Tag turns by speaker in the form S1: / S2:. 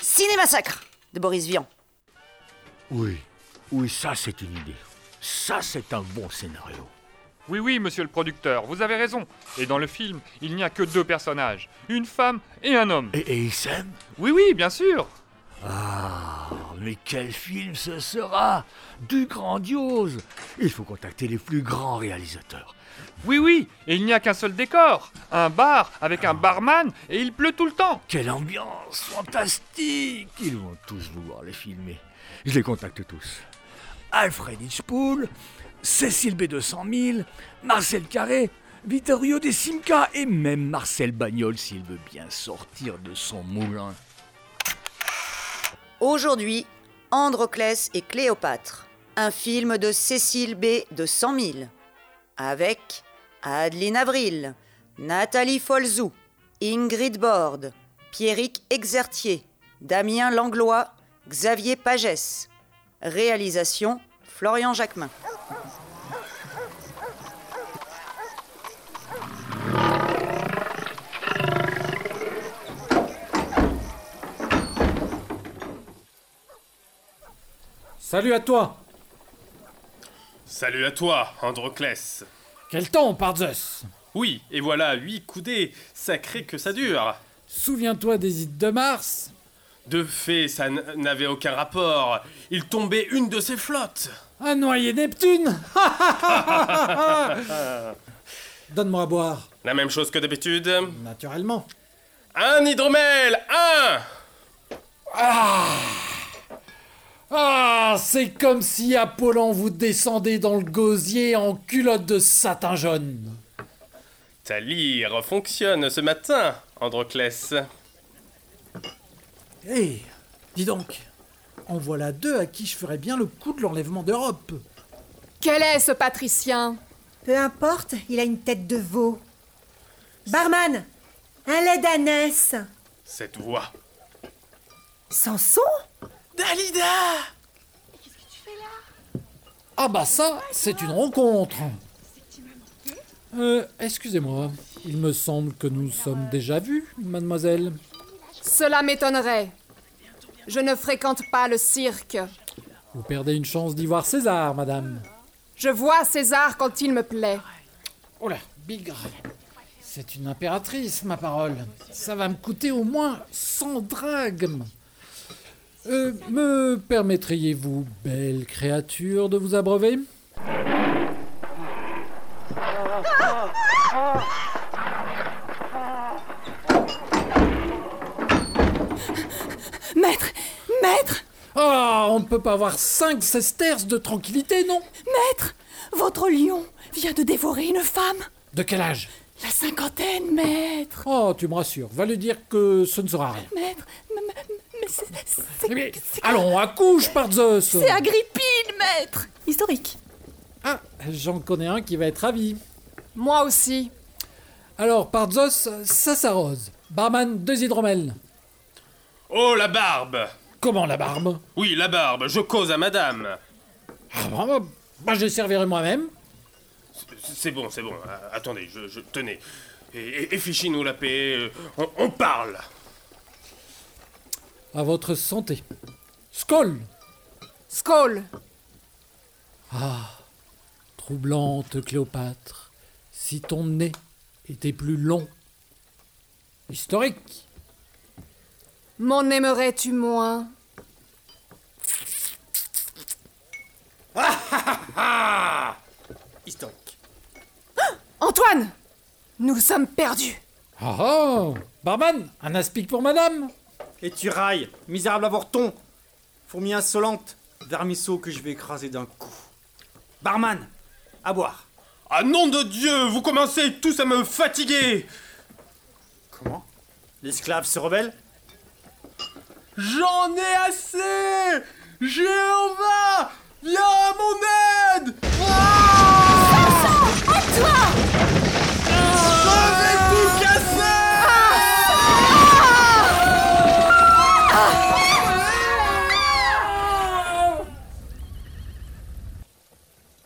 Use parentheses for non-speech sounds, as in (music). S1: Ciné-massacre de Boris Vian.
S2: Oui, oui, ça c'est une idée. Ça c'est un bon scénario.
S3: Oui, oui, monsieur le producteur, vous avez raison. Et dans le film, il n'y a que deux personnages, une femme et un homme.
S2: Et, et ils s'aiment
S3: Oui, oui, bien sûr.
S2: Ah, mais quel film ce sera Du grandiose Il faut contacter les plus grands réalisateurs.
S3: Oui, oui, et il n'y a qu'un seul décor, un bar avec un barman et il pleut tout le temps.
S2: Quelle ambiance fantastique Ils vont tous vouloir les filmer. Je les contacte tous.
S4: Alfred Hitchpool, Cécile B200000, Marcel Carré, Vittorio De Simca et même Marcel Bagnol s'il veut bien sortir de son moulin.
S1: Aujourd'hui, Androclès et Cléopâtre. Un film de Cécile B. de 100 000. Avec Adeline Avril, Nathalie Folzou, Ingrid Borde, Pierrick Exertier, Damien Langlois, Xavier Pagès. Réalisation Florian Jacquemin.
S5: Salut à toi
S6: Salut à toi, Androclès.
S5: Quel temps, par Zeus
S6: Oui, et voilà, huit coudées, sacré que ça dure.
S5: Souviens-toi des hits de Mars
S6: De fait, ça n- n'avait aucun rapport. Il tombait une de ses flottes.
S5: Un noyer Neptune (laughs) Donne-moi à boire,
S6: La même chose que d'habitude.
S5: naturellement.
S6: Un hydromel, un
S5: Ah, c'est comme si Apollon vous descendait dans le gosier en culotte de satin jaune.
S6: Ta lyre fonctionne ce matin, Androclès.
S4: Hé, Eh, dis donc, en voilà deux à qui je ferais bien le coup de l'enlèvement d'Europe.
S7: Quel est ce patricien
S8: Peu importe, il a une tête de veau. Barman, un lait d'ânesse.
S6: Cette voix.
S8: Samson
S6: Dalida
S5: Ah bah ça, c'est une rencontre. Euh, excusez-moi, il me semble que nous sommes déjà vus, mademoiselle.
S7: Cela m'étonnerait. Je ne fréquente pas le cirque.
S5: Vous perdez une chance d'y voir César, madame.
S7: Je vois César quand il me plaît.
S5: Oh là, bigre. C'est une impératrice, ma parole. Ça va me coûter au moins 100 drachmes. Euh, me permettriez-vous, belle créature, de vous abreuver
S8: Maître Maître
S5: Ah, on ne peut pas avoir 5 sesterces de tranquillité, non
S8: Maître Votre lion vient de dévorer une femme
S5: De quel âge
S8: La cinquantaine, maître
S5: Oh, tu me rassures. Va lui dire que ce ne sera rien.
S8: Maître Mais, c'est,
S5: Eh bien, allons, accouche, par Zeus
S8: Agrippine, maître Historique.
S5: Ah, j'en connais un qui va être ravi.
S7: Moi aussi.
S5: Alors, par Zeus, ça s'arrose. Barman, deux hydromels.
S6: Oh, la barbe
S5: Comment la barbe
S6: Oui, la barbe, je cause à madame.
S5: Ah, bravo. Moi, je les servirai moi-même.
S6: C'est bon, c'est bon. euh, Attendez, je, je- tenez. Et, et- et fichez-nous la paix. euh, On, on parle.
S5: À votre santé. Skoll
S7: Skål.
S5: Troublante Cléopâtre, si ton nez était plus long. Historique
S7: M'en aimerais-tu moins
S6: Historique.
S7: Antoine Nous sommes perdus.
S5: Ah oh Barman, un aspic pour madame
S9: Et tu railles, misérable avorton Fourmi insolente, vermisseau que je vais écraser d'un coup. Barman, à boire.
S6: Ah nom de Dieu, vous commencez tous à me fatiguer
S9: Comment L'esclave se rebelle
S6: J'en ai assez Jéhovah, viens à mon aide Ah